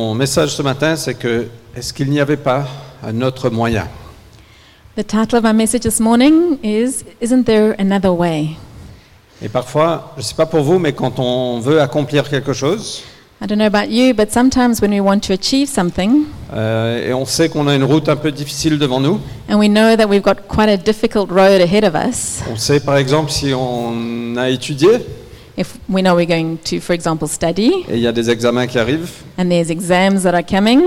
Mon message ce matin, c'est que est-ce qu'il n'y avait pas un autre moyen The title of my message this morning is Isn't There Another Way? Et parfois, je ne sais pas pour vous, mais quand on veut accomplir quelque chose, I don't know about you, but sometimes when we want to achieve something euh, et on sait qu'on a une route un peu difficile devant nous, and we know that we've got quite a difficult road ahead of us, on sait par exemple si on a étudié, if we know we're going to, for example, study et il y a des examens qui arrivent, and there's exams that are coming,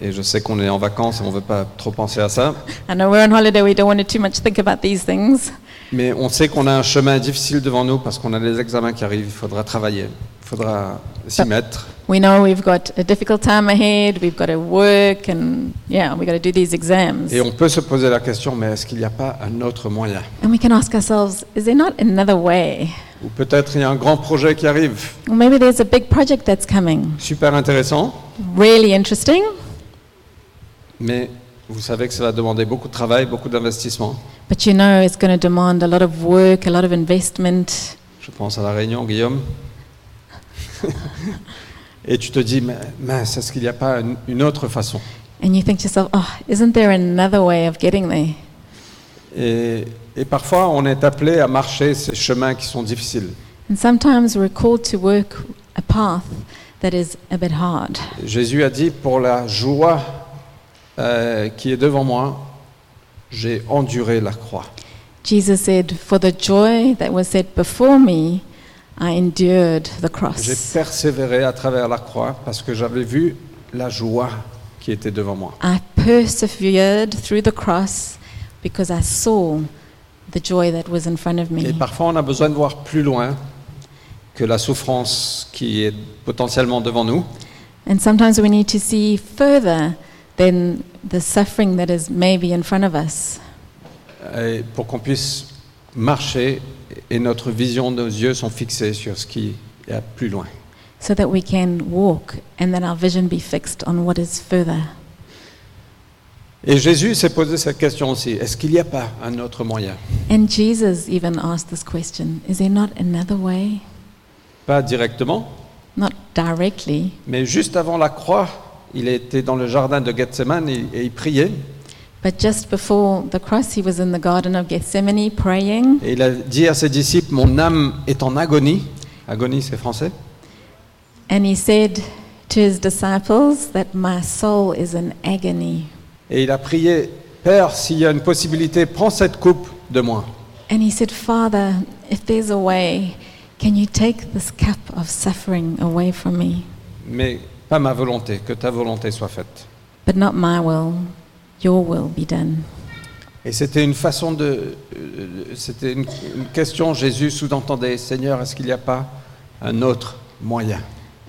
et je sais qu'on est en vacances et on ne veut pas trop penser à ça, I know we're on holiday, we don't want to too much think about these things, mais on sait qu'on a un chemin difficile devant nous parce qu'on a des examens qui arrivent, il faudra travailler, il faudra s'y mettre. we know we've got a difficult time ahead, we've got to work, and yeah, we've got to do these exams. Et on peut se poser la question, mais est-ce qu'il n'y a pas un autre moyen And we can ask ourselves, is there not another way? Ou peut-être il y a un grand projet qui arrive, Or maybe there's a big project that's coming, super intéressant, really interesting, mais vous savez que ça va demander beaucoup de travail, beaucoup d'investissement. but you know it's going to demand a lot of work, a lot of investment. Je pense à la Réunion, Guillaume. Et tu te dis, mais mince, est-ce qu'il n'y a pas une- une autre façon And you think to yourself, oh, isn't there another way of getting there? et, et parfois, on est appelé à marcher ces chemins qui sont difficiles. And sometimes we're called to work a path that is a bit hard. Jésus a dit, pour la joie euh, qui est devant moi, j'ai enduré la croix. Jesus said, For the joy that was set before me, I endured the J'ai cross. persévéré à travers la croix parce que j'avais vu la joie qui était devant moi. I persevered through the cross because I saw the joy that was in front of Et me. parfois, on a besoin de voir plus loin que la souffrance qui est potentiellement devant nous. And sometimes we need to see further than the suffering that is maybe in front of us euh, Et pour qu'on puisse marcher et notre vision, nos yeux sont fixés sur ce qui est à plus loin. so that we can walk and that our vision be fixed on what is further. Et Jésus s'est posé cette question aussi. Est-ce qu'il n'y a pas un autre moyen And Jesus even asked this question Is there not another way? Pas directement, Not directly, mais juste avant la croix, il était dans le jardin de Gethsemane et, et il priait. But just before the cross, he was in the Garden of Gethsemane praying, Et il a dit à ses disciples, mon âme est en agonie. Agonie, c'est français. and he said to his disciples that my soul is in agony. Et il a prié, Père, s'il y a une possibilité, prends cette coupe de moi. And he said, Father, if there's a way, can you take this cup of suffering away from me? Mais pas ma volonté, que ta volonté soit faite. But not my will, your will be done. Et c'était une façon de. euh, C'était une, une question, Jésus sous-entendait Seigneur, est-ce qu'il n'y a pas un autre moyen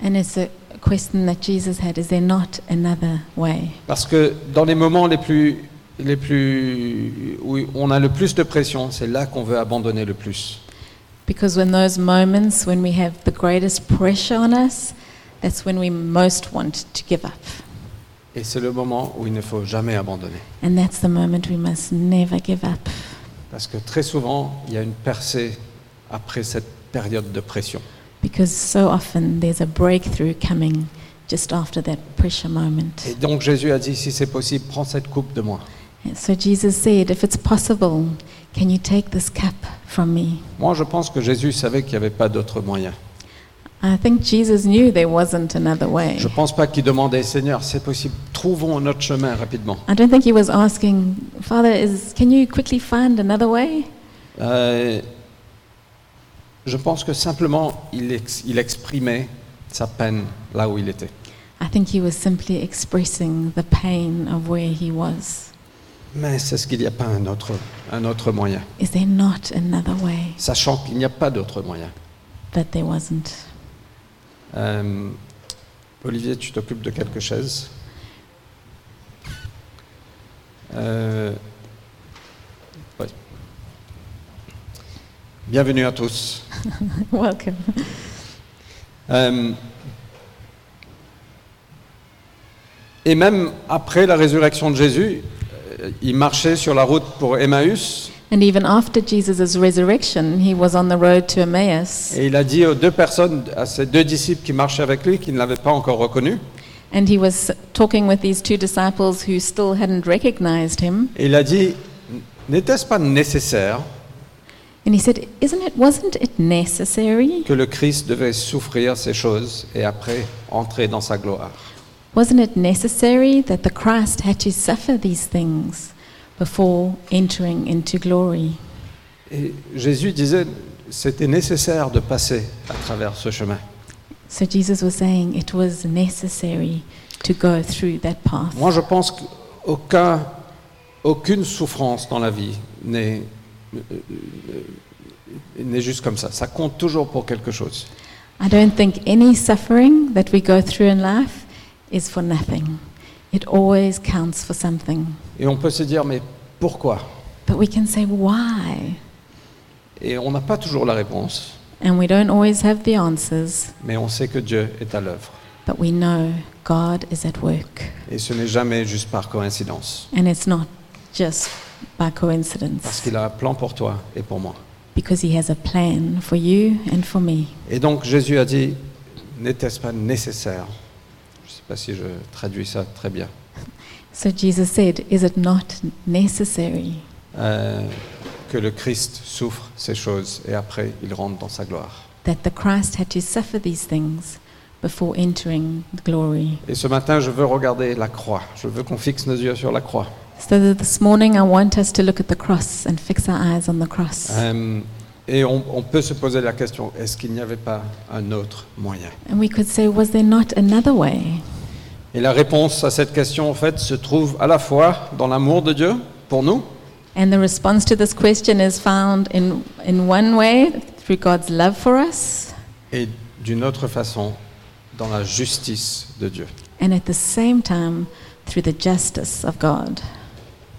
And it's a question that Jesus had Is there not another way? Parce que dans les moments les plus. Les plus où on a le plus de pression, c'est là qu'on veut abandonner le plus. Because when those moments when we have the greatest pressure on us, that's when we most want to give up. Et c'est le moment où il ne faut jamais abandonner. And that's the moment we must never give up. Parce que très souvent, il y a une percée après cette période de pression. Because so often there's a breakthrough coming just after that pressure moment. Et donc Jésus a dit, si c'est possible, prends cette coupe de moi. And so Jesus said, If it's possible, can you take this cup from me? Moi, je pense que Jésus savait qu'il n'y avait pas d'autre moyen. I think Jesus knew there wasn't another way. Je ne pense pas qu'il demandait, Seigneur, c'est possible, trouvons notre chemin rapidement. I don't think he was asking, Father, is, can you quickly find another way? Euh, je pense que simplement, il, ex- il exprimait sa peine là où il était. I think he was simply expressing the pain of where he was. Mais c'est ce qu'il n'y a pas un autre, un autre moyen, Is there not another way? sachant qu'il n'y a pas d'autre moyen. But there wasn't. Euh, Olivier, tu t'occupes de quelques chaises. Euh, ouais. Bienvenue à tous. Welcome. Euh, et même après la résurrection de Jésus, euh, il marchait sur la route pour Emmaüs And even after Jesus' resurrection, he was on the road to Emmaus, et il a dit aux deux personnes, à ses deux disciples qui marchaient avec lui, qui ne l'avaient pas encore reconnu, And he was talking with these two disciples who still hadn't recognized him. Et il a dit, n'était-ce pas nécessaire And he said, Isn't it, wasn't it necessary? que le Christ devait souffrir ces choses et après entrer dans sa gloire Wasn't it necessary that the Christ had to suffer these things before entering into glory? Et Jésus disait, c'était nécessaire de passer à travers ce chemin. So Jesus was saying it was necessary to go through that path. Moi, je pense qu'aucun, aucune souffrance dans la vie n'est, euh, euh, n'est juste comme ça. Ça compte toujours pour quelque chose. I don't think any suffering that we go through in life is for nothing. It always counts for something. Et on peut se dire, mais pourquoi But we can say why, Et on n'a pas toujours la réponse, and we don't always have the answers, mais on sait que Dieu est à l'œuvre. but we know God is at work, Et ce n'est jamais juste par coïncidence, and it's not just by parce coincidence. qu'il a un plan pour toi et pour moi. because he has a plan for you and for me. Et donc Jésus a dit, n'était-ce pas nécessaire Je ne sais pas si je traduis ça très bien. So Jesus said, Is it not necessary Euh, que le Christ souffre ces choses et après il rentre dans sa gloire. that the Christ had to suffer these things before entering glory? Et ce matin, je veux regarder la croix. Je veux qu'on fixe nos yeux sur la croix. So that this morning I want us to look at the cross and fix our eyes on the cross. Euh, et on, on peut se poser la question, est-ce qu'il n'y avait pas un autre moyen And we could say, Was there not another way? Et la réponse à cette question, en fait, se trouve à la fois dans l'amour de Dieu pour nous, And the response to this question is found in, in one way through God's love for us, et d'une autre façon, dans la justice de Dieu. and at the same time through the justice of God.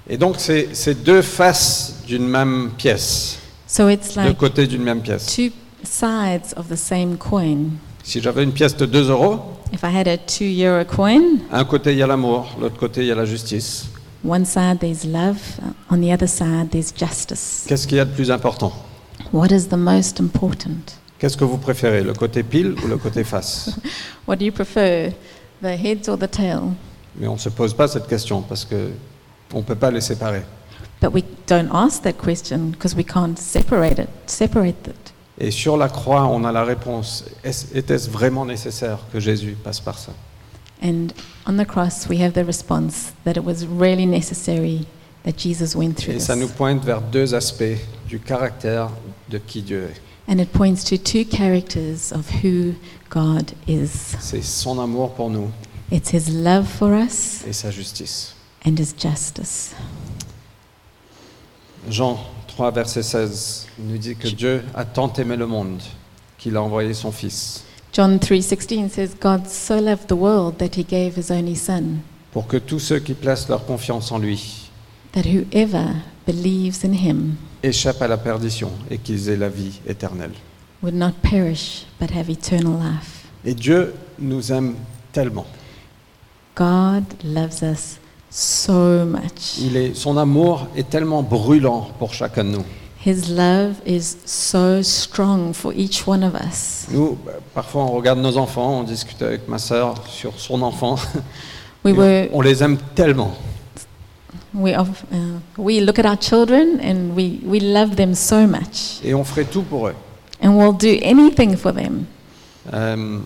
Et donc, c'est c'est deux faces d'une même pièce, So it's deux like côtés d'une même pièce. two sides of the same coin. Si j'avais une pièce de 2 euros, If I had a two euro coin, un côté il y a l'amour, l'autre côté il y a la justice. one side there's love, uh, on the other side there's justice. Qu'est-ce qu'il y a de plus important What is the most important? Qu'est-ce que vous préférez, le côté pile ou le côté face What do you prefer, the heads or the tail? Mais on ne se pose pas cette question parce que on ne peut pas les séparer. But we don't ask that question because we can't separate it. Separate it. Et sur la croix, on a la réponse. Est-ce- Était-ce vraiment nécessaire que Jésus passe par ça And on the cross, we have the response that it was really necessary that Jesus went through Et this. ça nous pointe vers deux aspects du caractère de qui Dieu est. And it points to two characters of who God is. C'est son amour pour nous It's His love for us et sa justice. and His justice. Jean 3, verset 16 nous dit que Dieu a tant aimé le monde qu'il a envoyé son Fils John 3:16 says God so loved the world that he gave his only son pour que tous ceux qui placent leur confiance en lui that whoever believes in him échappent à la perdition et qu'ils aient la vie éternelle. would not perish but have eternal life. Et Dieu nous aime tellement. God loves us so much. Il est, son amour est tellement brûlant pour chacun de nous. His love is so strong for each one of us. Nous, bah, parfois, on regarde nos enfants, on discute avec ma sœur sur son enfant. We Et were on les aime tellement. we of, uh, we look at our children and we we love them so much Et on ferait tout pour eux. and we'll do anything for them. Euh,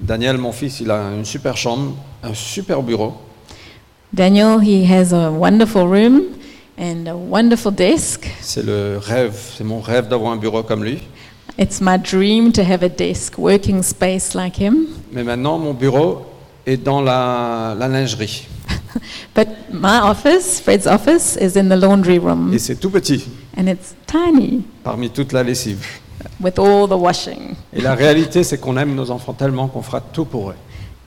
Daniel, mon fils, il a une super chambre, un super bureau. Daniel, he has a wonderful room and a wonderful desk. C'est le rêve, c'est mon rêve d'avoir un bureau comme lui. It's my dream to have a desk working space like him. Mais maintenant, mon bureau est dans la, la lingerie. But my office, Fred's office, is in the laundry room Et c'est tout petit, and it's tiny parmi toute la lessive. with all the washing. Et la réalité, c'est qu'on aime nos enfants tellement qu'on fera tout pour eux.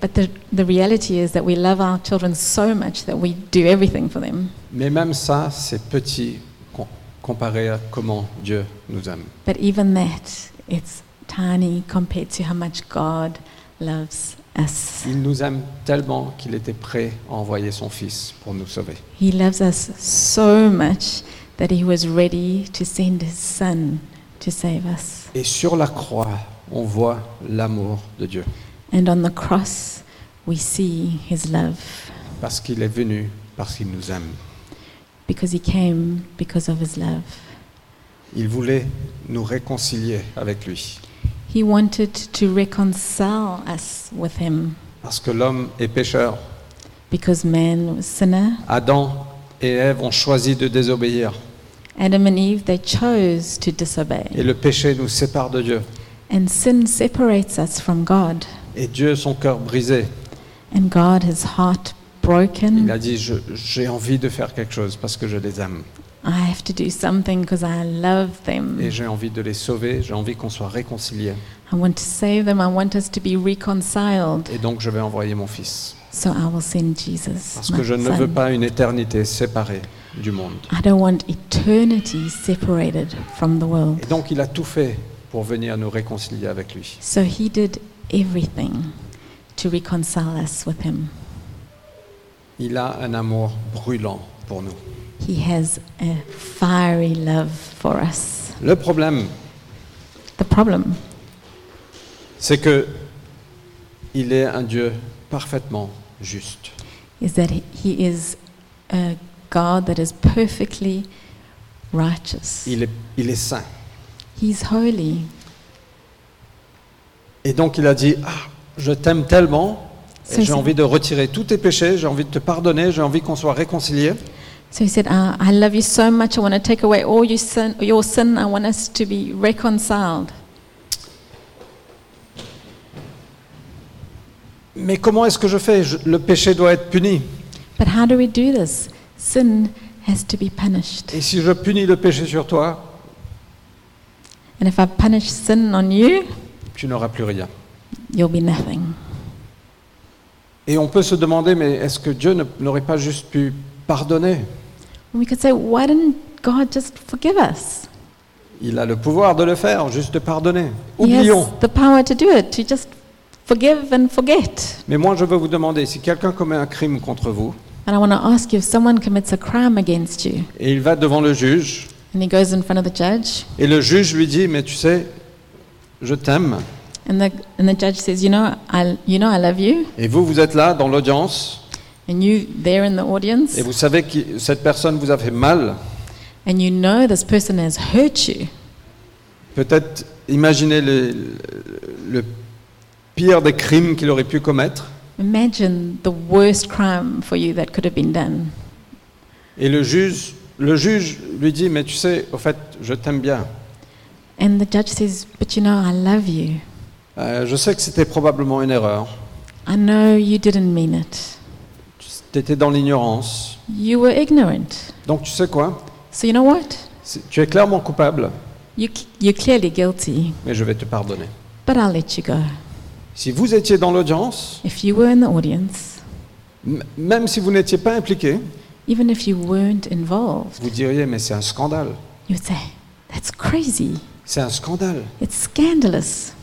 But the, the reality is that we love our children so much that we do everything for them. Mais même ça, c'est petit com- comparé à comment Dieu nous aime. But even that, it's tiny compared to how much God loves us. Il nous aime tellement qu'il était prêt à envoyer son Fils pour nous sauver. He loves us so much that he was ready to send his son to save us. Et sur la croix, on voit l'amour de Dieu. And on the cross, we see his love parce qu'il est venu, parce qu'il nous aime. because he came because of his love. Il voulait nous réconcilier avec lui. He wanted to reconcile us with him Parce que l'homme est pécheur. because man was sinner. Adam et Ève ont choisi de désobéir. Adam and Eve, they chose to Et disobey. le péché nous sépare de Dieu. And sin separates us from God. Et Dieu, son cœur brisé, And God, his heart il broken. a dit Je- J'ai envie de faire quelque chose parce que je les aime. I have to do something because I love Et them. j'ai envie de les sauver, j'ai envie qu'on soit réconciliés. I want to save them. I want us to be reconciled. Et donc je vais envoyer mon fils. So I will send Jesus. Parce my que je ne son. veux pas une éternité séparée du monde. I don't want eternity separated from the Et world. donc il a tout fait pour venir nous réconcilier avec lui. So he did everything to reconcile us with him. Il a un amour brûlant pour nous. He has a fiery love for us. Le problème, The problem c'est que il est un Dieu parfaitement juste. is that he is a God that is perfectly righteous. Il est, il est saint. He's holy. Et donc il a dit, ah, je t'aime tellement, C'est et j'ai ça. envie de retirer tous tes péchés, j'ai envie de te pardonner, j'ai envie qu'on soit réconciliés. So he said, "Ah, I love you so much. I want to take away all your sin, your sin. I want us to be reconciled. Mais comment est-ce que je fais Je- Le péché doit être puni. But how do we do this? Sin has to be punished. Et si je punis le péché sur toi, And if I punish sin on you, tu n'auras plus rien. you'll be nothing. Et on peut se demander, mais est-ce que Dieu ne- n'aurait pas juste pu pardonner And we could say, why didn't God just forgive us? Il a le pouvoir de le faire, juste de pardonner. He has Oublions. the power to do it, to just forgive and forget. Mais moi, je veux vous demander, si quelqu'un commet un crime contre vous, And I want to ask you if someone commits a crime against you et il va devant le juge, and he goes in front of the judge et le juge lui dit, mais tu sais, je t'aime, and the, and the judge says, you know, I, you know I love you et vous, vous êtes là dans l'audience, and you there in the audience et vous savez que cette personne vous a fait mal, and you know this person has hurt you. peut-être imaginez le, le pire des crimes qu'il aurait pu commettre, Imagine the worst crime for you that could have been done. et le juge, le juge lui dit, mais tu sais, au fait, je t'aime bien. And the judge says, but you know, I love you. Euh, je sais que c'était probablement une erreur, I know you didn't mean it. tu étais dans l'ignorance, You were ignorant. donc tu sais quoi So you know what? C'est- Tu es clairement coupable, You, c- you're clearly guilty, mais je vais te pardonner. but I'll let you go. Si vous étiez dans l'audience, If you were in the audience, m- même si vous n'étiez pas impliqué, even if you weren't involved, vous diriez mais c'est un scandale. you would say, that's crazy. C'est un scandale. It's scandalous.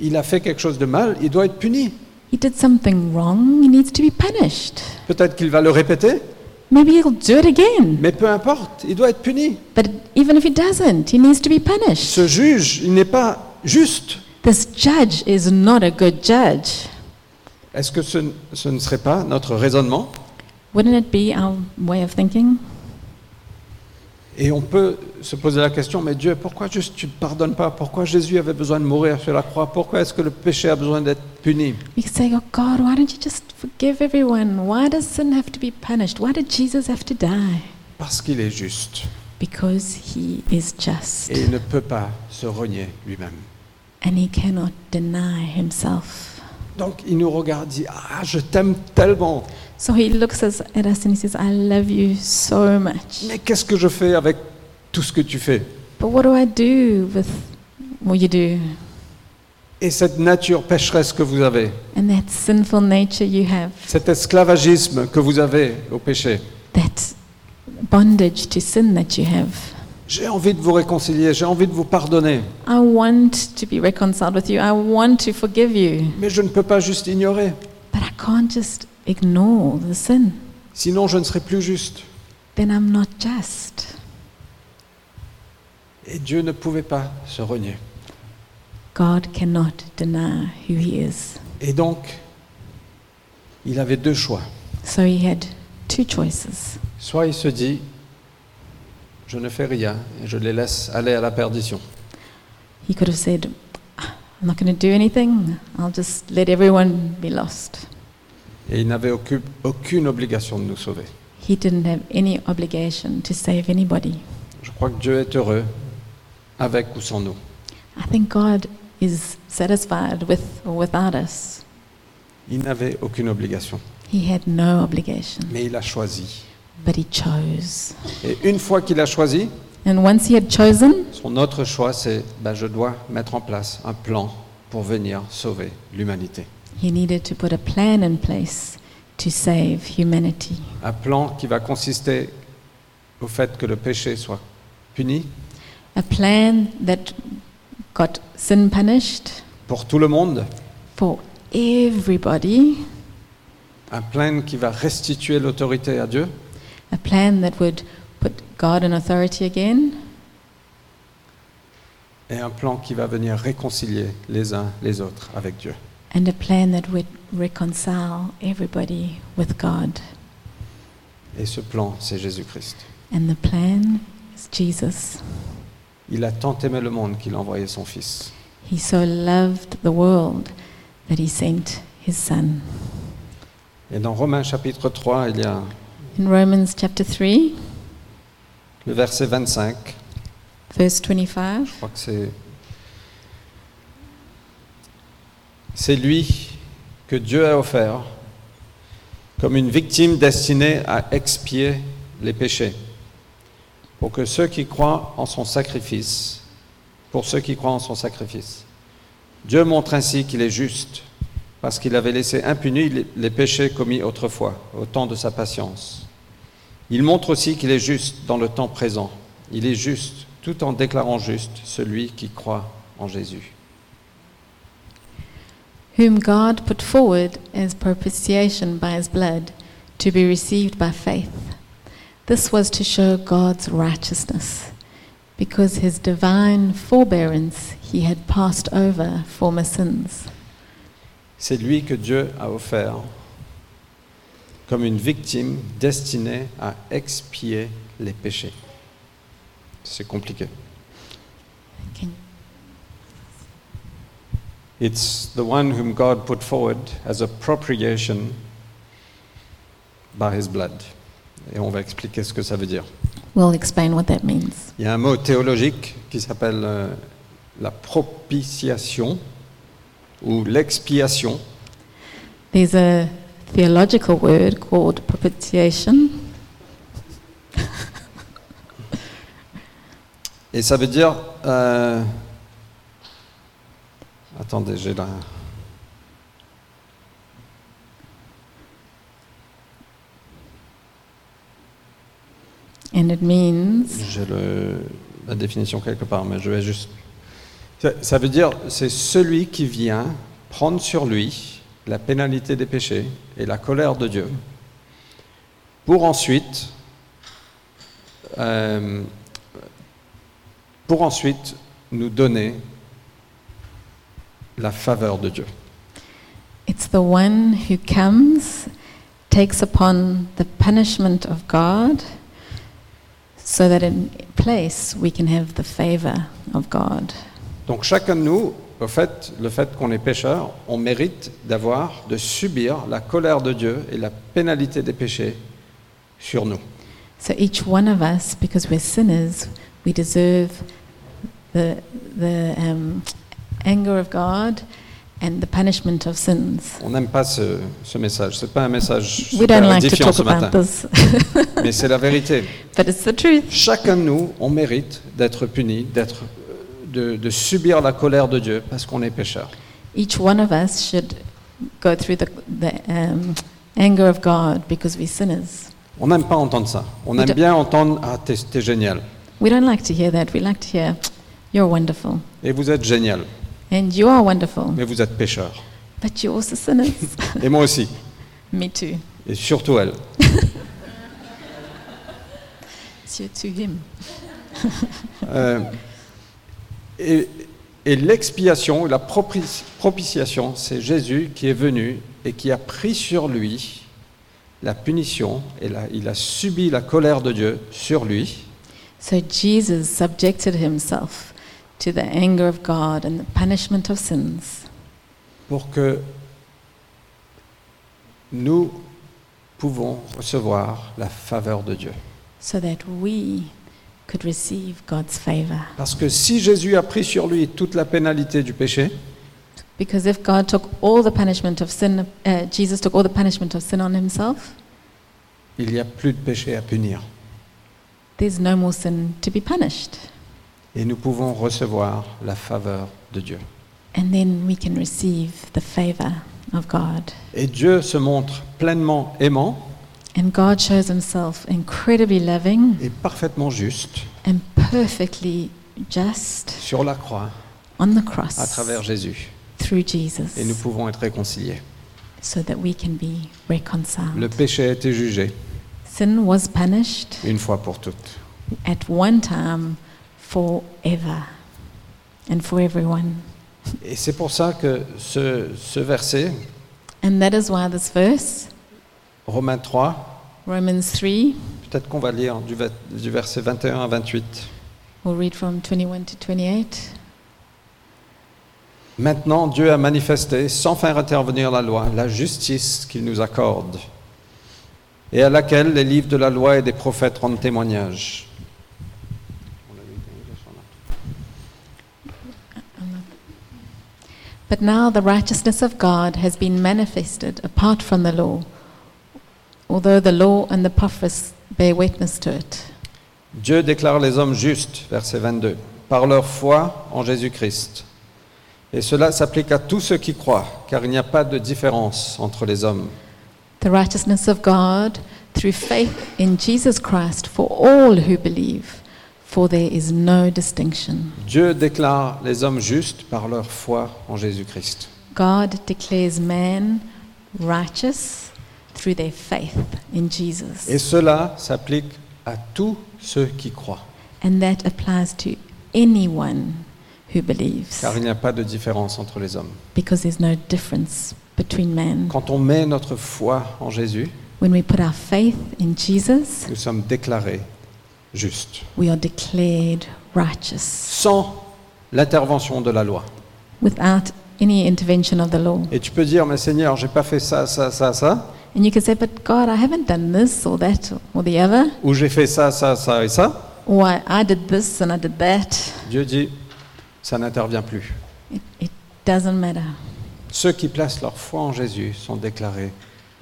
Il a fait quelque chose de mal, il doit être puni. He did something wrong. He needs to be punished. Peut-être qu'il va le répéter, Maybe he'll do it again. mais peu importe, il doit être puni. But even if he doesn't, he needs to be punished. Ce juge, il n'est pas juste. This judge is not a good judge. Est-ce que ce, n- ce ne serait pas notre raisonnement Wouldn't it be our way of thinking? Et on peut se poser la question, mais Dieu, pourquoi juste tu ne pardonnes pas Pourquoi Jésus avait besoin de mourir sur la croix Pourquoi est-ce que le péché a besoin d'être puni We could say, Oh God, why don't you just forgive everyone? Why does sin have to be punished? Why did Jesus have to die? Parce qu'il est juste Because he is just et il ne peut pas se renier lui-même. and he cannot deny himself. Donc il nous regarde, dit Ah, je t'aime tellement, So he looks us- at us and he says, I love you so much. mais qu'est-ce que je fais avec tout ce que tu fais But what do I do with what you do Et cette nature pécheresse que vous avez, and that sinful nature you have, cet esclavagisme que vous avez au péché, that bondage to sin that you have? j'ai envie de vous réconcilier, j'ai envie de vous pardonner, I want to be reconciled with you. I want to forgive you. mais je ne peux pas juste ignorer, But I can't just ignore the sin. sinon je ne serai plus juste. Then I'm not just. Et Dieu ne pouvait pas se renier. God cannot deny who He is. Et donc, il avait deux choix. So he had two choices. Soit il se dit, je ne fais rien et je les laisse aller à la perdition. He could have said, "Ah, I'm not going to do anything, I'll just let everyone be lost. Et il n'avait aucune, aucune obligation de nous sauver. He didn't have any obligation to save anybody. Je crois que Dieu est heureux, avec ou sans nous. I think God is satisfied with or without us. Il n'avait aucune obligation, He had no obligation, mais il a choisi. but He chose. Et une fois qu'il a choisi, And once He had chosen, son autre choix, c'est ben, je dois mettre en place un plan pour venir sauver l'humanité. He needed to put a plan in place to save humanity. Un plan qui va consister au fait que le péché soit puni A plan that got sin punished pour tout le monde, for everybody, un plan qui va restituer l'autorité à Dieu, a plan that would put God in authority again, et un plan qui va venir réconcilier les uns les autres avec Dieu. and a plan that would reconcile everybody with God. Et ce plan, c'est Jésus-Christ. And the plan is Jesus. Il a tant aimé le monde qu'il a envoyé son Fils. He so loved the world that he sent his son. Et dans Romains chapitre 3, il y a In Romans chapter 3, le verset 25. verse Je 25, crois que c'est. C'est lui que Dieu a offert comme une victime destinée à expier les péchés, pour que ceux qui croient en son sacrifice, pour ceux qui croient en son sacrifice, Dieu montre ainsi qu'il est juste, parce qu'il avait laissé impunis les- les péchés commis autrefois, au temps de sa patience. Il montre aussi qu'il est juste dans le temps présent. Il est juste tout en déclarant juste celui qui croit en Jésus. whom God put forward as propitiation by his blood to be received by faith. This was to show God's righteousness, because his divine forbearance he had passed over former sins. C'est lui que Dieu a offert comme une victime destinée à expier les péchés. C'est compliqué. Can- It's the one whom God put forward as a propitiation by his blood. Et on va expliquer ce que ça veut dire. We'll explain what that means. Il y a un mot théologique qui s'appelle euh, la propitiation ou l'expiation. There's a theological word called propitiation, Et ça veut dire... euh, Attendez, j'ai la... and it means J'ai le- la définition quelque part, mais je vais juste. Ça, ça veut dire c'est celui qui vient prendre sur lui la pénalité des péchés et la colère de Dieu, pour ensuite, euh, pour ensuite nous donner la faveur de Dieu. It's the one who comes, takes upon the punishment of God, so that in place we can have the favor of God. Donc chacun de nous, au fait, le fait qu'on est pécheur, on mérite d'avoir, de subir la colère de Dieu et la pénalité des péchés sur nous. So each one of us, because we're sinners, we deserve the, the um, anger of God and the punishment of sins. On n'aime pas ce, ce message. C'est pas un message we super don't like to édifiant talk ce about matin, this, mais c'est la vérité. but it's the truth. Chacun de nous, on mérite d'être puni, d'être, de, de subir la colère de Dieu parce qu'on est pécheur. Each one of us should go through the, the um, anger of God because we're sinners. On n'aime pas entendre ça. On We aime don't- bien entendre ah t'es, t'es génial We don't like to hear that. We like to hear, you're wonderful. et vous êtes génial, And you are wonderful. mais vous êtes pécheur. But you're also sinners. Et moi aussi, Me too. et surtout elle. It's you to him. Euh, et et l'expiation, la propi- propitiation, c'est Jésus qui est venu et qui a pris sur lui la punition, et la- il a subi la colère de Dieu sur lui, So Jesus subjected himself to the anger of God and the punishment of sins pour que nous pouvons recevoir la faveur de Dieu. so that we could receive God's favor. Parce que si Jésus a pris sur lui toute la pénalité du péché, Because if God took all the punishment of sin, uh, Jesus took all the punishment of sin on himself, il n'y a plus de péché à punir. there's no more sin to be punished. Et nous pouvons recevoir la faveur de Dieu. And then we can receive the favor of God. Et Dieu se montre pleinement aimant And God shows himself incredibly loving et parfaitement juste and perfectly just sur la croix on the à cross travers Jésus. through Et nous Jesus pouvons être réconciliés. so that we can be reconciled. Le péché a été jugé Sin was punished une fois pour toutes. at one time forever and for everyone. Et c'est pour ça que ce, ce verset, And that is why this verse, Romains 3, Romans 3, peut-être qu'on va lire du, va- du verset 21 à 28. we'll read from 21 to 28. Maintenant, Dieu a manifesté, sans faire intervenir la loi, la justice qu'il nous accorde, et à laquelle les livres de la loi et des prophètes rendent témoignage. But now the righteousness of God has been manifested apart from the law, although the law and the prophets bear witness to it. Dieu déclare les hommes justes, verset 22, par leur foi en Jésus-Christ. Et cela s'applique à tous ceux qui croient, car il n'y a pas de différence entre les hommes. The righteousness of God through faith in Jesus Christ for all who believe, for there is no distinction. Dieu déclare les hommes justes par leur foi en Jésus-Christ. God declares man righteous through their faith in Et Jesus, cela s'applique à tous ceux qui croient, and that applies to anyone who believes, car il n'y a pas de différence entre les hommes. because there's no difference between man. Quand on met notre foi en Jésus, When we put our faith in Jesus, nous sommes déclarés justes, we are declared righteous sans l'intervention de la loi. without any intervention of the law. Et tu peux dire, mais Seigneur, j'ai pas fait ça, ça, ça, ça, And you can say, But God, I haven't done this or that or the other, ou j'ai fait ça, ça, ça et ça. or I, I did this and I did that. Dieu dit, ça n'intervient plus. It, it doesn't matter. Ceux qui placent leur foi en Jésus sont déclarés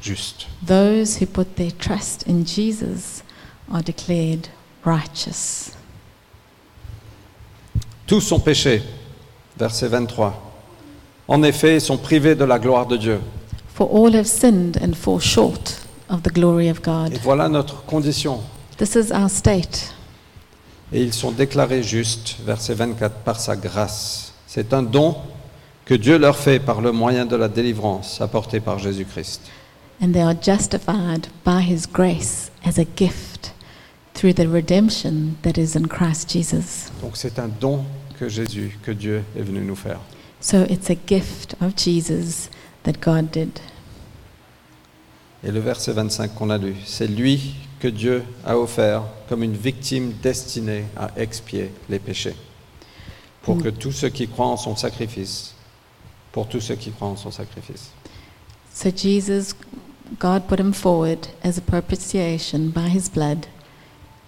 justes. Those who put their trust in Jesus are declared righteous. Tous ont péché. Verset 23. En effet, ils sont privés de la gloire de Dieu. For all have sinned and fall short of the glory of Et God. voilà notre condition. This is our state. Et ils sont déclarés justes, verset 24, par sa grâce. C'est un don que Dieu leur fait par le moyen de la délivrance apportée par Jésus-Christ. And they are justified by his grace as a gift through the redemption that is in Christ Jesus. Donc c'est un don que Jésus, que Dieu est venu nous faire. So it's a gift of Jesus that God did. Et le verset 25 qu'on a lu, c'est lui que Dieu a offert comme une victime destinée à expier les péchés, pour que tous ceux qui croient en son sacrifice, pour tous ceux qui croient en son sacrifice. So Jesus, God put him forward as a propitiation by his blood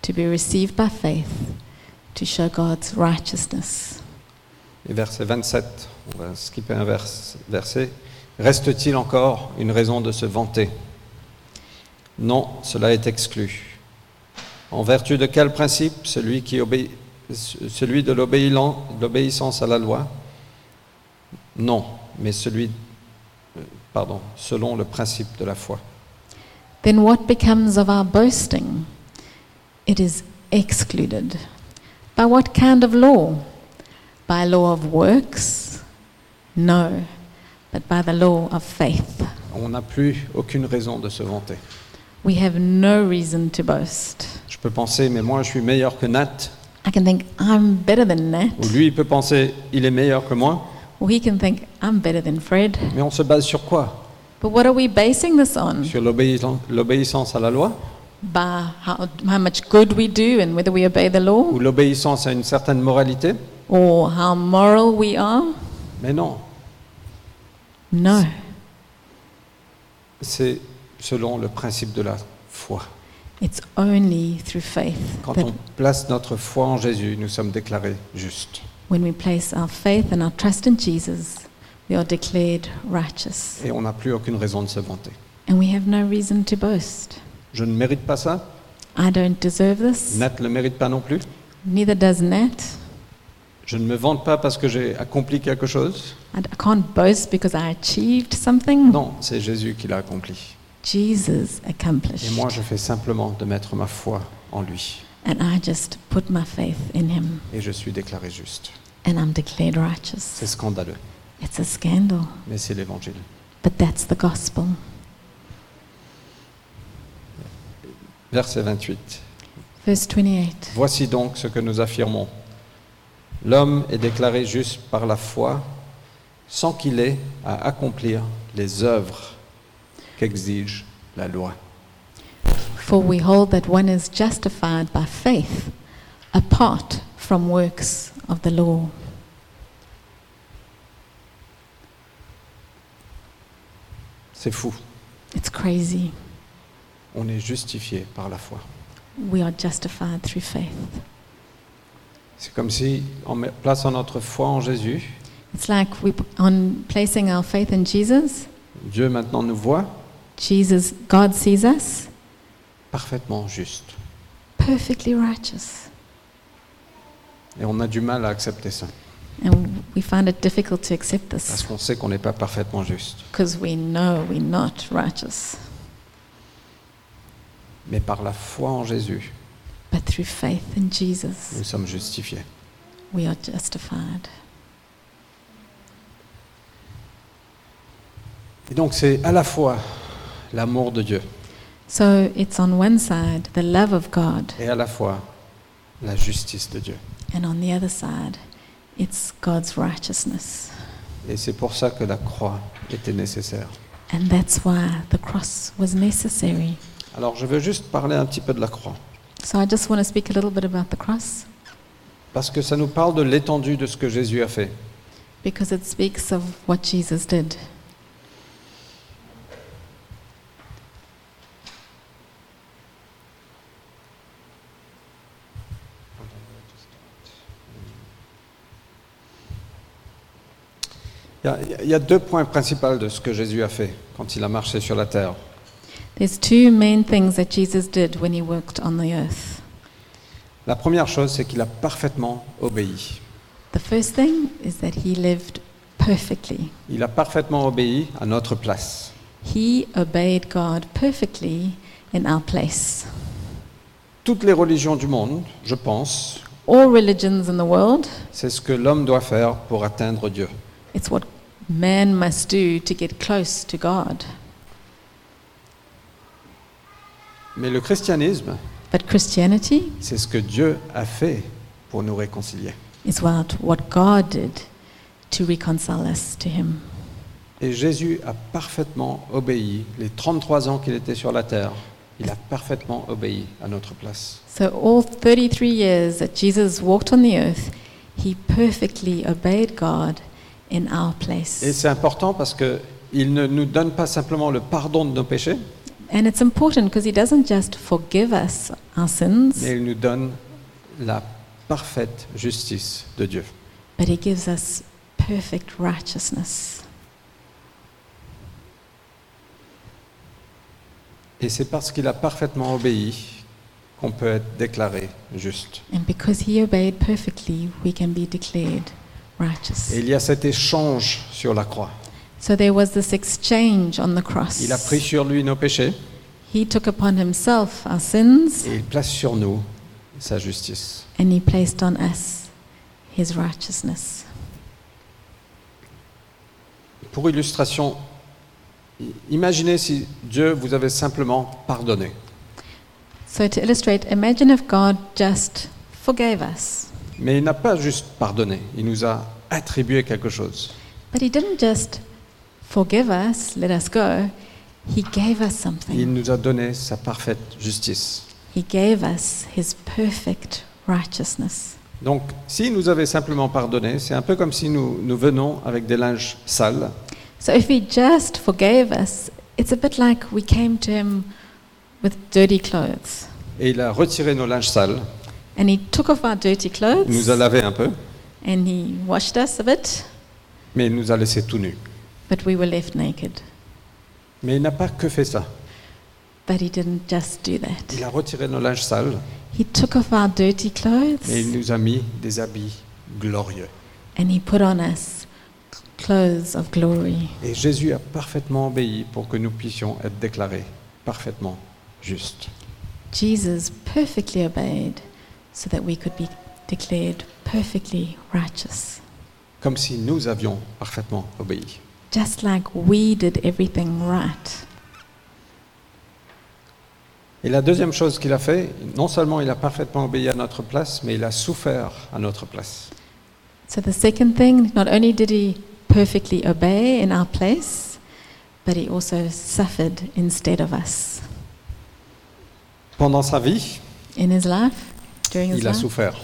to be received by faith to show God's righteousness. Et verset 27, on va skipper un vers- verset. Reste-t-il encore une raison de se vanter Non, cela est exclu. En vertu de quel principe celui, qui obé- celui de l'obéilan- l'obéissance à la loi Non, mais celui, euh, pardon, selon le principe de la foi. Then what becomes of our boasting? It is excluded. By what kind of law? By law of works? No, but by the law of faith. On n'a plus aucune raison de se vanter. We have no reason to boast. Je peux penser, mais moi je suis meilleur que Nat, I can think, I'm better than ou Nat, lui il peut penser, il est meilleur que moi, or he can think, I'm better than Fred. mais on se base sur quoi But But what are we basing this on? Sur l'obéissance l'obéissance à la loi By how, how much good we do and whether we obey the law ou l'obéissance à une certaine moralité or how moral we are? Mais non, No. c'est selon le principe de la foi. It's only through faith Quand that on place notre foi en Jésus, nous sommes déclarés justes. when we place our faith and our trust in Jesus, we are declared righteous. Et on n'a plus aucune raison de se vanter. And we have no reason to boast. Je ne mérite pas ça, I don't deserve this. Nat ne le mérite pas non plus. Neither does Nat. Je ne me vante pas parce que j'ai accompli quelque chose. I d- I can't boast because I achieved something. Non, c'est Jésus qui l'a accompli. Jesus accomplished. Et moi, je fais simplement de mettre ma foi en lui. And I just put my faith in him Et je suis déclaré juste. and I'm declared righteous. C'est scandaleux, It's a scandal, mais c'est l'évangile. but that's the gospel. Verset 28. Verse 28. Voici donc ce que nous affirmons. L'homme est déclaré juste par la foi sans qu'il ait à accomplir les œuvres qu'exige la loi. For we hold that one is justified by faith apart from works of the law. C'est fou. It's crazy. On est justifié par la foi. We are justified through faith. C'est comme si, en me- plaçant notre foi en Jésus, It's like we on placing our faith in Jesus, Dieu maintenant nous voit Jesus God sees us parfaitement juste. perfectly righteous. Et on a du mal à accepter ça, And we find it difficult to accept parce this qu'on sait qu'on n'est pas parfaitement juste. because we know we're not righteous. Mais par la foi en Jésus, But through faith in nous Jesus, sommes justifiés. we are justified. Et donc c'est à la fois l'amour de Dieu So it's on one side the love of God, et à la fois la justice de Dieu. and on the other side it's God's righteousness. Et c'est pour ça que la croix était nécessaire. And that's why the cross was necessary. Alors je veux juste parler un petit peu de la croix, So I just want to speak a little bit about the cross parce que ça nous parle de l'étendue de ce que Jésus a fait. because it speaks of what Jesus did. Il y a- il y a deux points principaux de ce que Jésus a fait quand il a marché sur la terre. There's two main things that Jesus did when he worked on the earth. La première chose, c'est qu'il a parfaitement obéi. The first thing is that he lived perfectly. Il a parfaitement obéi à notre place. He obeyed God perfectly in our place. Toutes les religions du monde, je pense, All religions in the world, c'est ce que l'homme doit faire pour atteindre Dieu. it's what man must do to get close to God. Mais le christianisme, But Christianity c'est ce que Dieu a fait pour nous réconcilier. is about what God did to reconcile us to Him. Et Jésus a parfaitement obéi. Les 33 ans qu'il était sur la terre, il a parfaitement obéi à notre place. So, all 33 years that Jesus walked on the earth, He perfectly obeyed God in our Et place. c'est important parce que il ne nous donne pas simplement le pardon de nos péchés, And it's important because He doesn't just forgive us our sins, mais il nous donne la parfaite justice de Dieu. but He gives us perfect righteousness. Et c'est parce qu'il a parfaitement obéi qu'on peut être déclaré juste. And because he obeyed perfectly, we can be declared righteous. Et il y a cet échange sur la croix. So there was this exchange on the cross. Il a pris sur lui nos péchés He took upon himself our sins et il place sur nous sa justice. and he placed on us his righteousness. Pour illustration, i- imaginez si Dieu vous avait simplement pardonné. So to illustrate, imagine if God just forgave us. Mais il n'a pas juste pardonné, il nous a attribué quelque chose. But he didn't just forgive us, let us go, he gave us something. Il nous a donné sa parfaite justice. He gave us his perfect righteousness. Donc, s'il nous avait simplement pardonné, c'est un peu comme si nous, nous venons avec des linges sales So if he just forgave us, it's a bit like we came to him with dirty clothes. et il a retiré nos linges sales, And he took off our dirty il nous a clothes lavé un peu, and he washed us a bit, mais il nous a laissé tout nus. but we were left naked. Mais il n'a pas que fait ça. But he didn't just do Il that. a retiré nos linges sales He took off our dirty et il clothes nous a mis des habits glorieux. and he put on us clothes of glory. Et Jésus a parfaitement obéi pour que nous puissions être déclarés parfaitement justes. Jesus perfectly obeyed so that we could be declared perfectly righteous, comme si nous avions parfaitement obéi. just like we did everything right. Et la deuxième chose qu'il a fait, non seulement il a parfaitement obéi à notre place, mais il a souffert à notre place. So the second thing, not only did he perfectly obey in our place, but he also suffered instead of us. Pendant sa vie, In his life, during his il a life, souffert.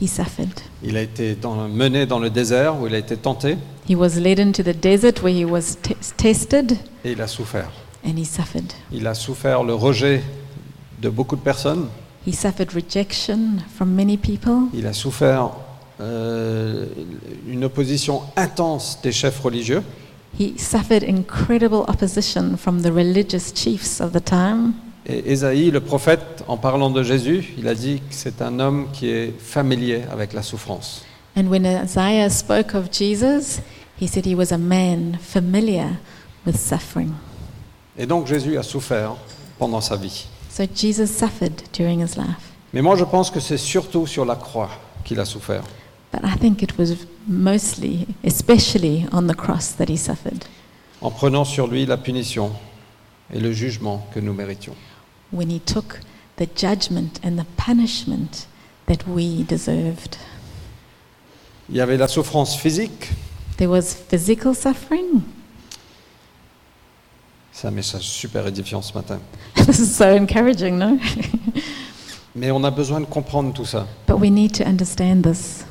he suffered. Il a été dans- mené dans le désert où il a été tenté He was led into the desert where he was t- tested, et il a souffert. and he suffered. Il a souffert le rejet de beaucoup de personnes. He suffered rejection from many people. Il a souffert euh, une opposition intense des chefs religieux. He suffered incredible opposition from the religious chiefs of the time. Et Ésaïe, le prophète, en parlant de Jésus, il a dit que c'est un homme qui est familier avec la souffrance. And when Isaiah spoke of Jesus, he said he was a man familiar with suffering. Et donc Jésus a souffert pendant sa vie. So Jesus suffered during his life. Mais moi je pense que c'est surtout sur la croix qu'il a souffert. But I think it was mostly, especially on the cross that he suffered En prenant sur lui la punition et le jugement que nous méritions. when he took the judgment and the punishment that we deserved. Il y avait la souffrance physique, There was physical suffering. c'est un message super édifiant ce matin. this is so encouraging, no? Mais on a besoin de comprendre tout ça. but we need to understand this.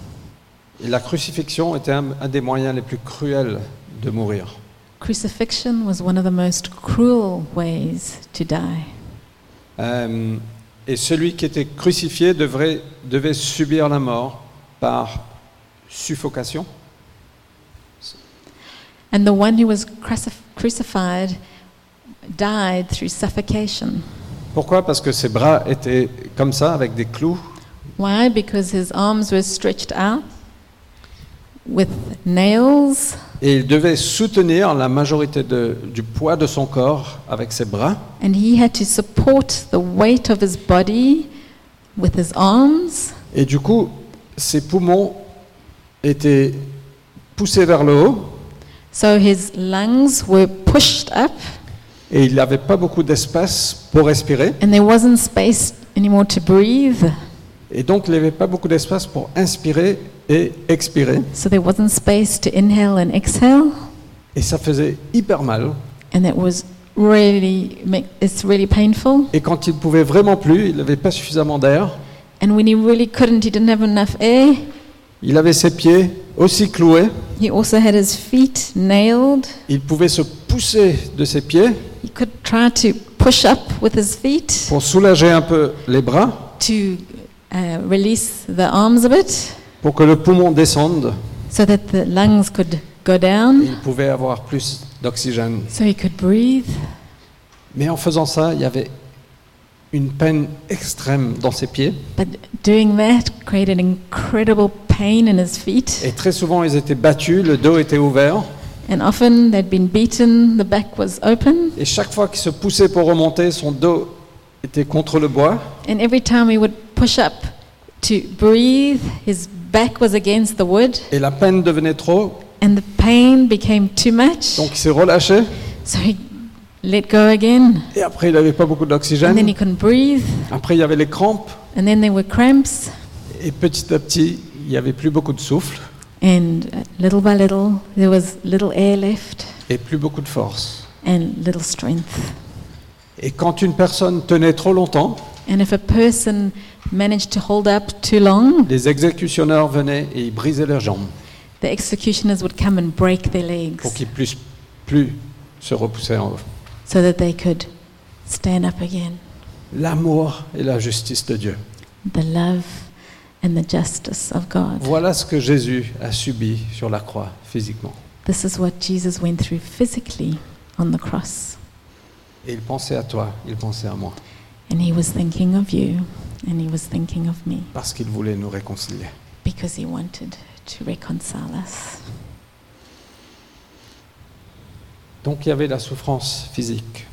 Et la crucifixion était un, un des moyens les plus cruels de mourir. Crucifixion was one of the most cruel ways to die. Euh, et celui qui était crucifié devrait, devait subir la mort par suffocation, And the one who was crucif- crucified died through suffocation. Pourquoi Parce que ses bras étaient comme ça, avec des clous, Why? Because his arms were stretched out with nails, et il devait soutenir la majorité de- du poids de son corps avec ses bras, and he had to support the weight of his body with his arms, et du coup, ses poumons étaient poussés vers le haut, so his lungs were pushed up, et il n'avait pas beaucoup d'espace pour respirer, and there wasn't space anymore to breathe, et donc il n'avait pas beaucoup d'espace pour inspirer et expirer, so there wasn't space to inhale and exhale, et ça faisait hyper mal, and it was really, ma- it's really painful. et quand il pouvait vraiment plus, il n'avait pas suffisamment d'air, And when he really couldn't, he didn't have enough air. il avait ses pieds aussi cloués, He also had his feet nailed. il pouvait se pousser de ses pieds, He could try to push up with his feet pour soulager un peu les bras, to uh, release the arms a bit pour que le poumon descende, so that the lungs could go et down il pouvait avoir plus d'oxygène. so he could breathe. Mais en faisant ça, il y avait une peine extrême dans ses pieds, But doing that created incredible pain in his feet. et très souvent ils étaient battus, le dos était ouvert, And often they'd been beaten, the back was open. et chaque fois qu'il se poussait pour remonter, son dos était contre le bois, And every time he would push up to breathe, his back was against the wood. et la peine devenait trop, And the pain became too much. donc il s'est relâché, So he let go again. et après il n'avait pas beaucoup And then he d'oxygène, couldn't breathe. après il y avait les crampes, And then there were cramps. et petit à petit, il n'y avait plus beaucoup de souffle, And uh, little by little, there was little air left. et plus beaucoup de force. and little strength. Et quand une personne tenait trop longtemps, And if a person managed to hold up too long, les exécutionneurs venaient et ils brisaient leurs jambes the executioners would come and break their pour legs qu'ils puissent plus se repousser en haut. so that they could stand up again. L'amour et la justice de Dieu. The love and the justice of God. Voilà ce que Jésus a subi sur la croix physiquement. This is what Jesus went through physically on the cross. Et il pensait à toi, il pensait à moi, And he was thinking of you, and he was thinking of me, parce qu'il voulait nous réconcilier. because he wanted to reconcile us. Donc il y avait la souffrance physique,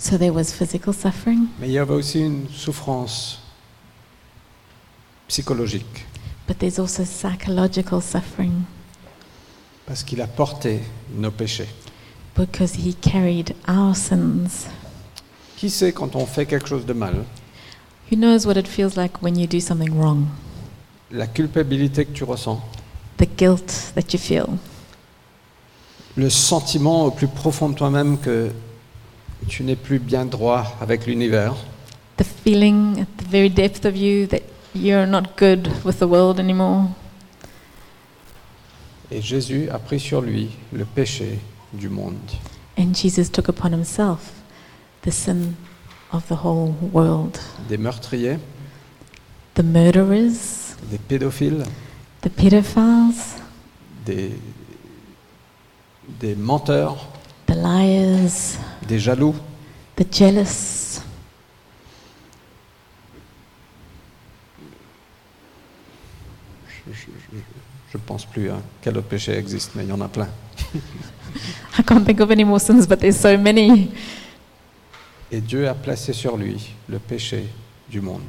So there was physical suffering, mais il y avait aussi une souffrance psychologique, but there's also psychological suffering parce qu'il a porté nos péchés. because he carried our sins. Qui sait quand on fait quelque chose de mal, Who knows what it feels like when you do something wrong? la culpabilité que tu ressens, The guilt that you feel, le sentiment au plus profond de toi-même que tu n'es plus bien droit avec l'univers, the feeling at the very depth of you that you're not good with the world anymore. et Jésus a pris sur lui le péché du monde. And Jesus took upon himself the sin of the whole world Des meurtriers, the murderers, des pédophiles, the pedophiles, des, des menteurs, the liars, des jaloux, the jealous. je, je- je- je pense plus à quel autre péché existe, mais il y en a plein. I can't think of any more sins, but there's so many. Et Dieu a placé sur lui le péché du monde.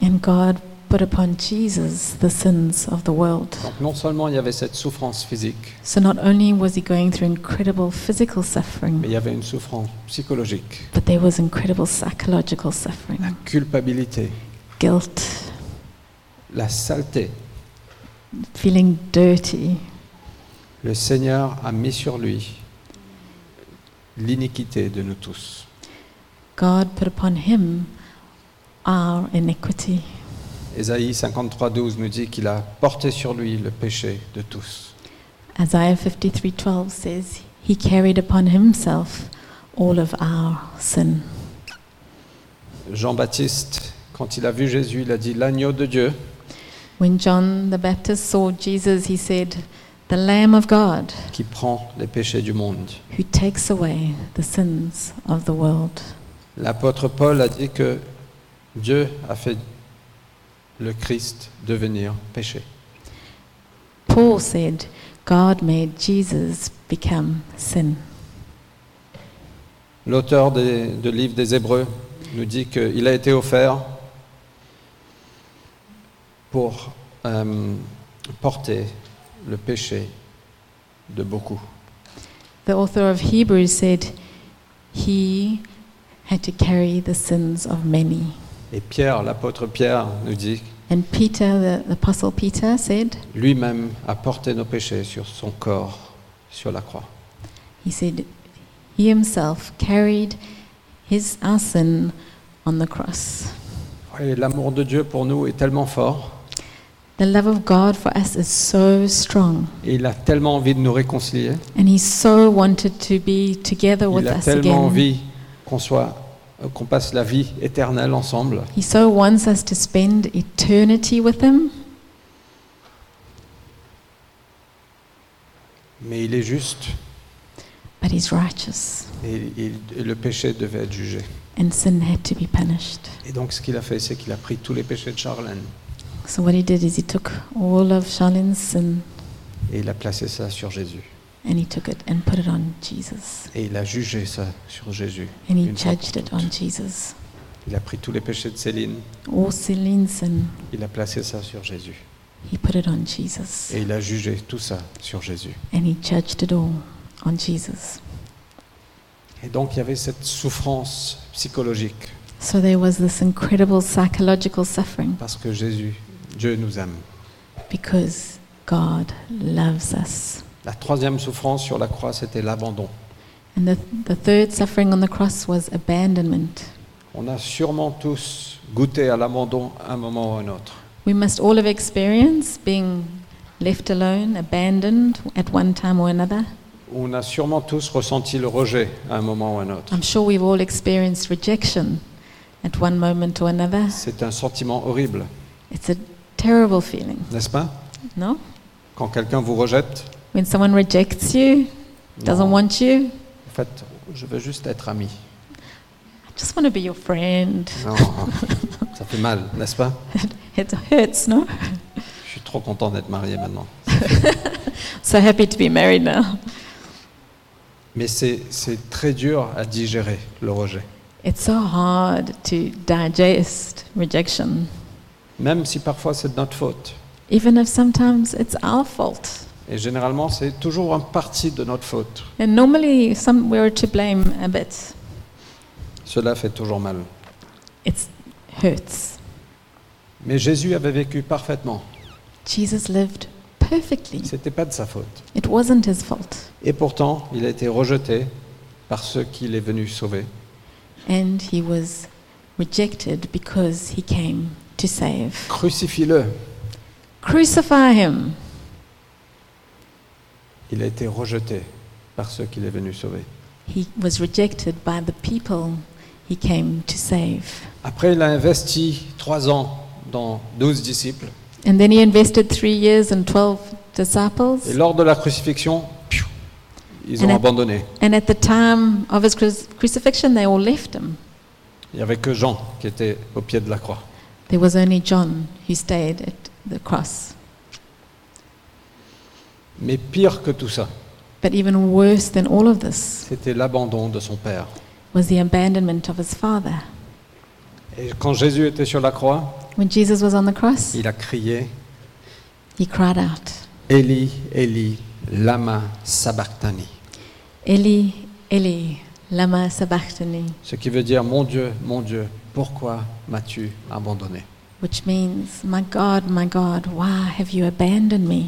And God put upon Jesus the sins of the world. Donc non seulement il y avait cette souffrance physique, So not only was he going through incredible mais physical il suffering, y avait une souffrance psychologique, but there was incredible psychological la suffering, culpabilité, guilt, la saleté. feeling dirty. Le Seigneur a mis sur lui l'iniquité de nous tous. God put upon him our iniquity. Ésaïe 53, 12 nous dit qu'il a porté sur lui le péché de tous. Isaiah 53:12 says, "He carried upon himself all of our sin." Jean-Baptiste, quand il a vu Jésus, il a dit l'agneau de Dieu When John the Baptist saw Jesus, he said, "The Lamb of God qui prend les péchés du monde. who takes away the sins of the world." L'apôtre Paul a dit que Dieu a fait le Christ devenir péché. Paul said, God made Jesus become sin. L'auteur des- du livre des Hébreux nous dit qu'il a été offert pour euh, porter le péché de beaucoup. The author of Hebrews said, He had to carry the sins of many. Et Pierre, l'apôtre Pierre, nous dit And Peter, the, the Apostle Peter, said, lui-même a porté nos péchés sur son corps, sur la croix. He said, He himself carried his, our sin on the cross. Et L'amour de Dieu pour nous est tellement fort The love of God for us is so strong, et il a tellement envie de nous réconcilier. and He so wanted to be together with Il a us tellement again. envie qu'on soit, euh, qu'on passe la vie éternelle ensemble, He so wants us to spend eternity with Him. mais il est juste But he's righteous, et, il- et le péché devait être jugé. and sin had to be punished. Et donc ce qu'il a fait, c'est qu'il a pris tous les péchés de Charlène So what he did is he took all of Charlene's sin et il a placé ça sur Jésus. and he took it and put it on Jesus, Et il a jugé ça sur Jésus. and he Une fois judged pour it toutes. on Jesus. Il a pris tous les péchés de Céline, All Celine's sin, il a placé ça sur Jésus. he put it on Jesus, Et il a jugé tout ça sur Jésus. and he judged it all on Jesus. Et donc il y avait cette souffrance psychologique So there was this incredible psychological suffering parce que Jésus, Dieu nous aime. because God loves us. La troisième souffrance sur la croix, c'était l'abandon. And the, the third suffering on the cross was abandonment. On a sûrement tous goûté à l'abandon à un moment ou à un autre. We must all have experienced being left alone, abandoned at one time or another. On a sûrement tous ressenti le rejet à un moment ou à un autre. I'm sure we've all experienced rejection at one moment or another. C'est un sentiment horrible, It's a terrible feeling, n'est-ce pas no? Quand quelqu'un vous rejette, When someone rejects you, doesn't Non. want you, en fait, je veux juste être ami. I just want to be your friend. Non, ça fait mal, n'est-ce pas It hurts, no? Je suis trop content d'être marié maintenant. So happy to be married now. Mais c'est c'est très dur à digérer, le rejet. It's so hard to digest rejection, Même si parfois c'est de notre faute. even if sometimes it's our fault. Et généralement, c'est toujours en partie de notre faute. And normally, some we're to blame a bit. Cela fait toujours mal. It hurts. Mais Jésus avait vécu parfaitement. Jesus lived perfectly. C'était pas de sa faute. It wasn't his fault, Et pourtant, il a été rejeté par ceux qu'il est venu sauver. and he was rejected because he came to save. Crucifie-le. Crucify him. Il a été rejeté par ceux qu'il est venu sauver. He was rejected by the people he came to save. Après, il a investi trois ans dans douze disciples. And then he invested three years and 12 Et disciples. lors de la crucifixion, piou, ils ont Elle a- abandonné. And at the time of his cru- crucifixion, they all left him. Il n'y avait que Jean qui était au pied de la croix. There was only John who stayed at the cross. Mais pire que tout ça, But even worse than all of this c'était l'abandon de son Père. was the abandonment of his father. Et quand Jésus était sur la croix, When Jesus was on the cross, il a crié he cried out, Eli, Eli, lama sabachthani. Eli, Eli, lama sabachthani, Ce qui veut dire Mon Dieu, mon Dieu, pourquoi m'as-tu abandonné which means, My God, my God, why have you abandoned me?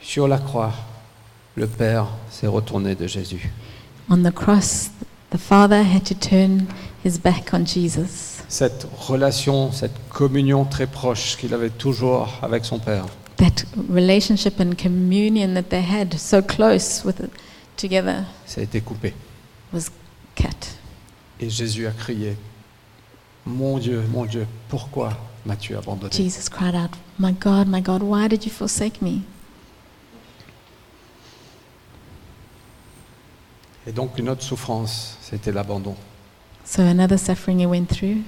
Sur la croix, le Père s'est retourné de Jésus. On the cross, the father had to turn his back on Jesus. Cette relation, cette communion très proche qu'il avait toujours avec son Père, That relationship and communion that they had so close with it together ça a été coupé. was cut. Et Jésus a crié Mon Dieu, mon Dieu, pourquoi m'as-tu abandonné Jesus cried out, My God, my God, why did you forsake me? Et donc une autre souffrance, c'était l'abandon. So another suffering he went through,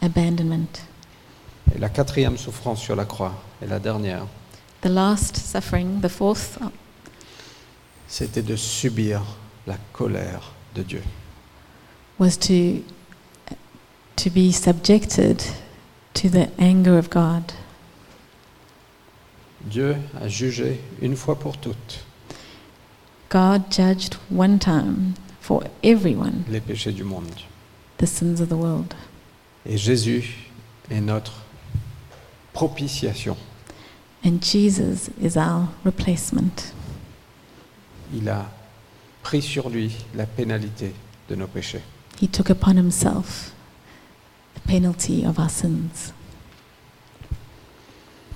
abandonment. Et la quatrième souffrance sur la croix, et la dernière, The last suffering, the fourth, c'était de subir la colère de Dieu. was to to be subjected to the anger of God. Dieu a jugé une fois pour toutes God judged one time for everyone les péchés du monde. the sins of the world. Et Jésus est notre propitiation. And Jesus is our replacement. Il a pris sur lui la pénalité de nos péchés. He took upon himself the penalty of our sins.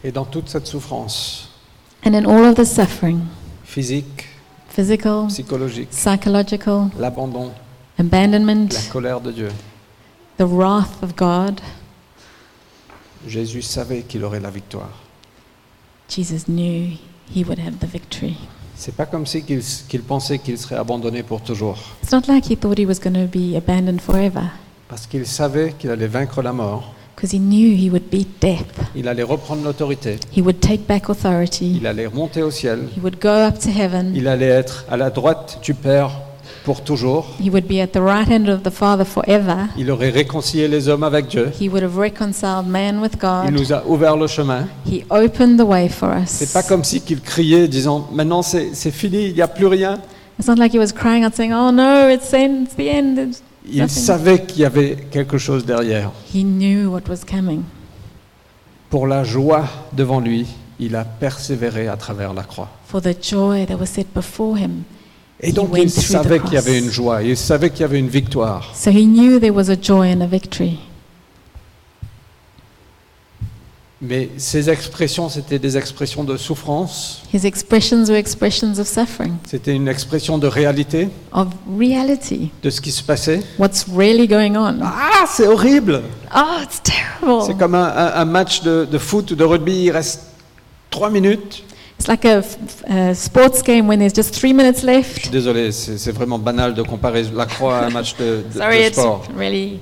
Et dans toute cette souffrance And in all of the suffering, physique, physical, psychologique, psychological, l'abandon, la abandonment, colère de Dieu, the wrath of God, Jésus savait qu'il aurait la victoire. Jesus knew he would have the victory. C'est pas comme si qu'il qu'il pensait qu'il serait abandonné pour toujours, It's not like he thought he was going to be abandoned forever, parce qu'il savait qu'il allait vaincre la mort, because he knew he would beat death. il allait reprendre l'autorité, He would take back authority. il allait remonter au ciel, He would go up to heaven. il allait être à la droite du Père pour toujours, He would be at the right hand of the Father forever. il aurait réconcilié les hommes avec Dieu, He would have reconciled man with il God. nous a ouvert le chemin. He opened the way for C'est pas us. comme si qu'il criait disant maintenant c'est c'est fini, il n'y a plus rien. It's not like he was crying out saying, Oh no, it's, end, it's the end. It's- Il Nothing. savait qu'il y avait quelque chose derrière. He knew what was coming. Pour la joie devant lui, il a persévéré à travers la croix. For the joy that was set before him, Et donc He went il through the savait qu'il y avait cross. une joie, il savait qu'il y avait une victoire. so he knew there was a joy and a victory. Mais ses expressions, c'était des expressions de souffrance, His expressions were expressions of suffering, c'était une expression de réalité, of reality, de ce qui se passait. what's really going on. Ah, c'est horrible Oh, it's C'est terrible. comme un, un- un match de, de foot ou de rugby, il reste trois minutes. It's like a, a sports game when there's just three minutes Je left. suis désolé, c'est c'est vraiment banal de comparer la croix à un match de, de- Sorry, de it's sport. really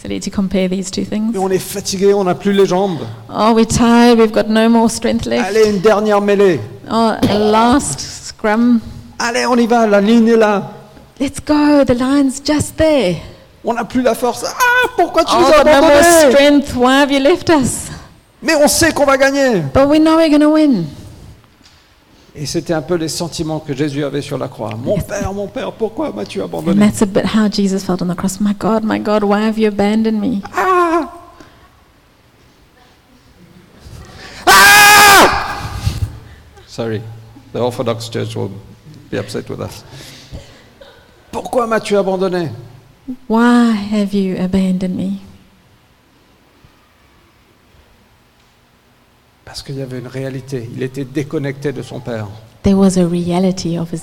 silly to compare these two things. Mais on est fatigué, on n'a plus les jambes. Oh, we're tired. We've got no more strength left. Allez, une dernière mêlée. Oh, a last scrum. Allez, on y va, la ligne est là. Let's go. The line's just there. On n'a plus la force. Ah, pourquoi tu nous Oh, as but no more abandonnés strength. Why have you left us? Mais on sait qu'on va gagner. But we know we're going to win. Et c'était un peu les sentiments que Jésus avait sur la croix. Mon Père, mon Père, pourquoi m'as-tu And abandonné that's a bit how Jesus felt on the cross. My God, my God, why have you abandoned me? Ah Ah Sorry, the Orthodox Church will be upset with us. Pourquoi m'as-tu abandonné Why have you abandoned me? Parce qu'il y avait une réalité. Il était déconnecté de son Père. There was a reality of his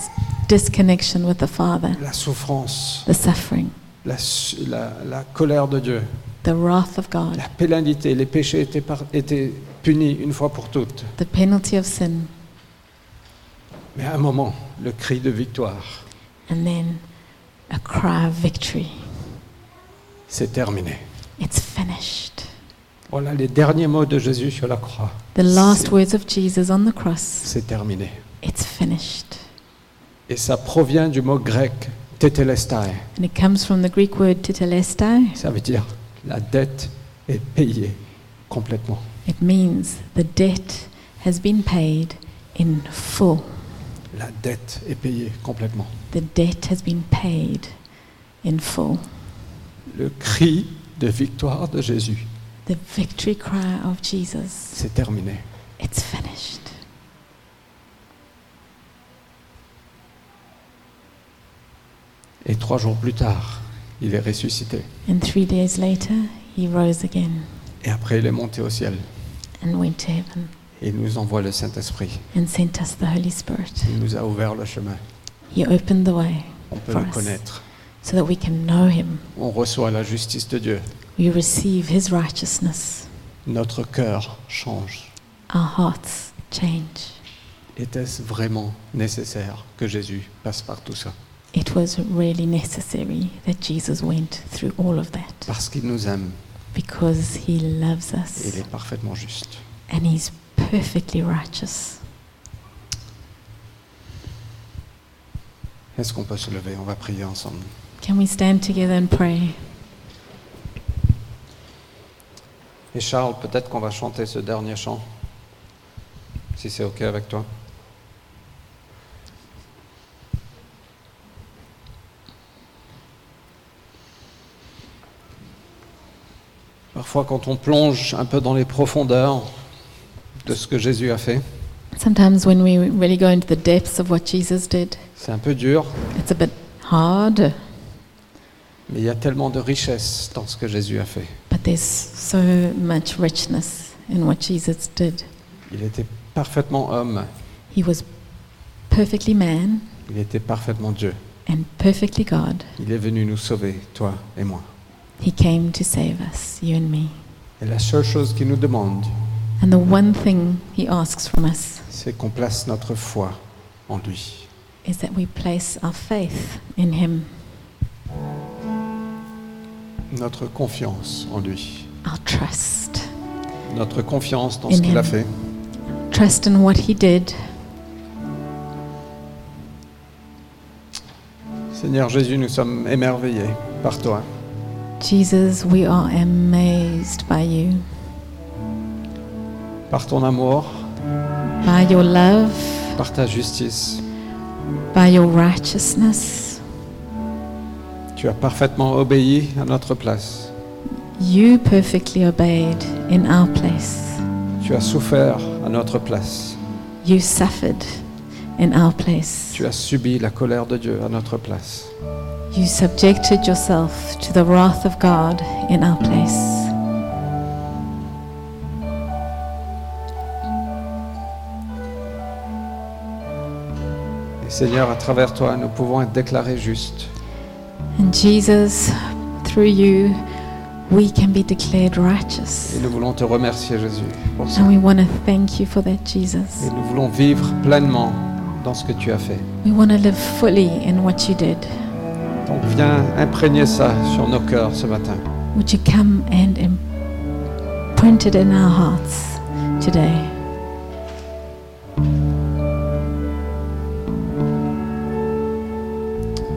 disconnection with the Father, La souffrance, the suffering, la, su- la- la colère de Dieu, the wrath of God, la pénalité, les péchés étaient, par- étaient punis une fois pour toutes. the penalty of sin, Mais à un moment, le cri de victoire, and then a cry of victory. c'est terminé. It's finished. Voilà les derniers mots de Jésus sur la croix. The last words of Jesus on the cross, C'est terminé. it's finished. Et ça provient du mot grec tetelestai. And it comes from the Greek word tetelestai. Ça veut dire la dette est payée complètement. It means the debt has been paid in full. La dette est payée complètement. The debt has been paid in full. Le cri de victoire de Jésus, The victory cry of Jesus, c'est terminé. it's finished. Et trois jours plus tard, il est ressuscité. And three days later, he rose again Et après, il est monté au ciel. and went to heaven Et il nous envoie le Saint-Esprit. and sent us the Holy Spirit. Il nous a ouvert le chemin. He opened the way On peut For le us. connaître. so that we can know him. On reçoit la justice de Dieu. We receive his righteousness. Notre cœur change. Our hearts change. Était-ce vraiment nécessaire que Jésus passe par tout ça It was really necessary that Jesus went through all of that Parce qu'il nous aime. because he loves et Il us est parfaitement juste. and he's perfectly righteous. Est-ce qu'on peut se lever On va prier ensemble. Can we stand together and pray? Et Charles, peut-être qu'on va chanter ce dernier chant, si c'est OK avec toi. Parfois, quand on plonge un peu dans les profondeurs de ce que Jésus a fait, Sometimes when we really go into the depths of what Jesus did, c'est un peu dur, it's a bit hard, mais il y a tellement de richesse dans ce que Jésus a fait. but there's so much richness in what Jesus did. Il était parfaitement homme, He was perfectly man il était parfaitement Dieu. and perfectly God. Il est venu nous sauver, toi et moi. He came to save us, you and me. Et la seule chose qu'il nous demande, And the one thing he asks from us c'est qu'on place notre foi en lui. is that we place our faith in him, Notre confiance en lui. our trust. Notre confiance dans ce qu'il a fait. Trust in what he did. Seigneur Jésus, nous sommes émerveillés par toi. Jesus, we are amazed by you, Par ton amour, by your love, par ta justice. by your righteousness. Tu as parfaitement obéi à notre place. You perfectly obeyed in our place. Tu as souffert à à notre place. You suffered in our place. Tu as subi la colère de Dieu à notre place. You subjected yourself to the wrath of God in our place. Et Seigneur, à travers toi, nous pouvons être déclarés justes. And Jesus, through you, we can be declared Et righteous. nous voulons te remercier, Jésus, pour ça. And we want to thank you for that, Jesus. Et nous voulons vivre pleinement dans ce que tu as fait. We want to live fully in what you did. Donc viens imprégner ça sur nos cœurs ce matin. Would you come and imprint it in our hearts today?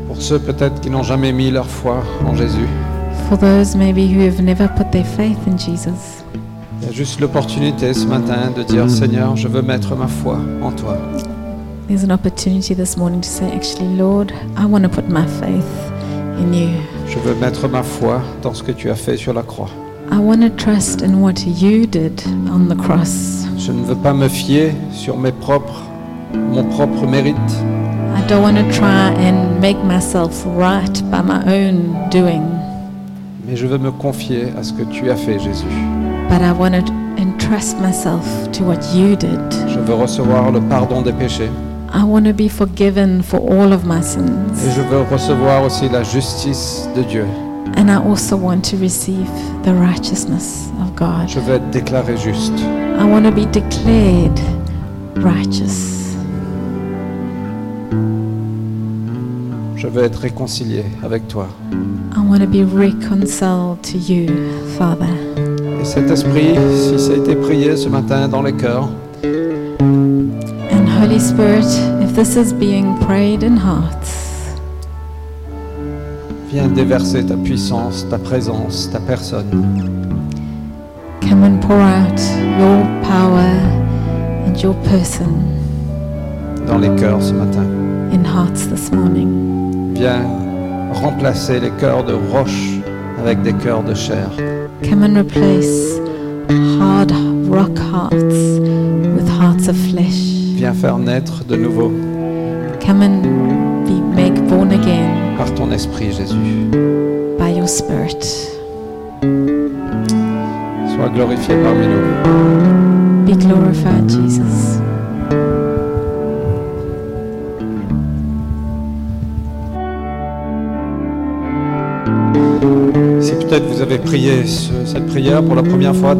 Pour ceux peut-être qui n'ont jamais mis leur foi en Jésus, For those maybe who have never put their faith in Jesus, il y a juste l'opportunité ce matin de dire Seigneur, je veux mettre ma foi en toi. there's an opportunity this morning to say, actually, Lord, I want to put my faith in you. Je veux mettre ma foi dans ce que tu as fait sur la croix. I want to trust in what you did on the cross. Je ne veux pas me fier sur mes propres, mon propre mérite. I don't want to try and make myself right by my own doing, Mais je veux me confier à ce que tu as fait, Jésus. but I want to entrust myself to what you did. Je veux recevoir le pardon des péchés. I want to be forgiven for all of my Et sins, je veux recevoir aussi la justice de Dieu. and I also want to receive the righteousness of God. Je veux être déclaré juste. I want to be declared righteous. Je veux être réconcilié avec toi. I want to be reconciled to you, Father. Et cet esprit, si ça a été prié ce matin dans les cœurs, And Holy Spirit, if this is being prayed in hearts, viens déverser ta puissance, ta présence, ta personne. come and pour out your power and your person dans les cœurs ce matin. in hearts this morning. Viens remplacer les cœurs de roche avec des cœurs de chair. Come and replace hard rock hearts with hearts of flesh. Viens faire naître de nouveau Come and be make born again par ton esprit, Jésus. by your Spirit. Sois glorifié parmi nous. Be glorified, Jesus. Si peut-être vous avez prié ce- cette prière pour la première fois,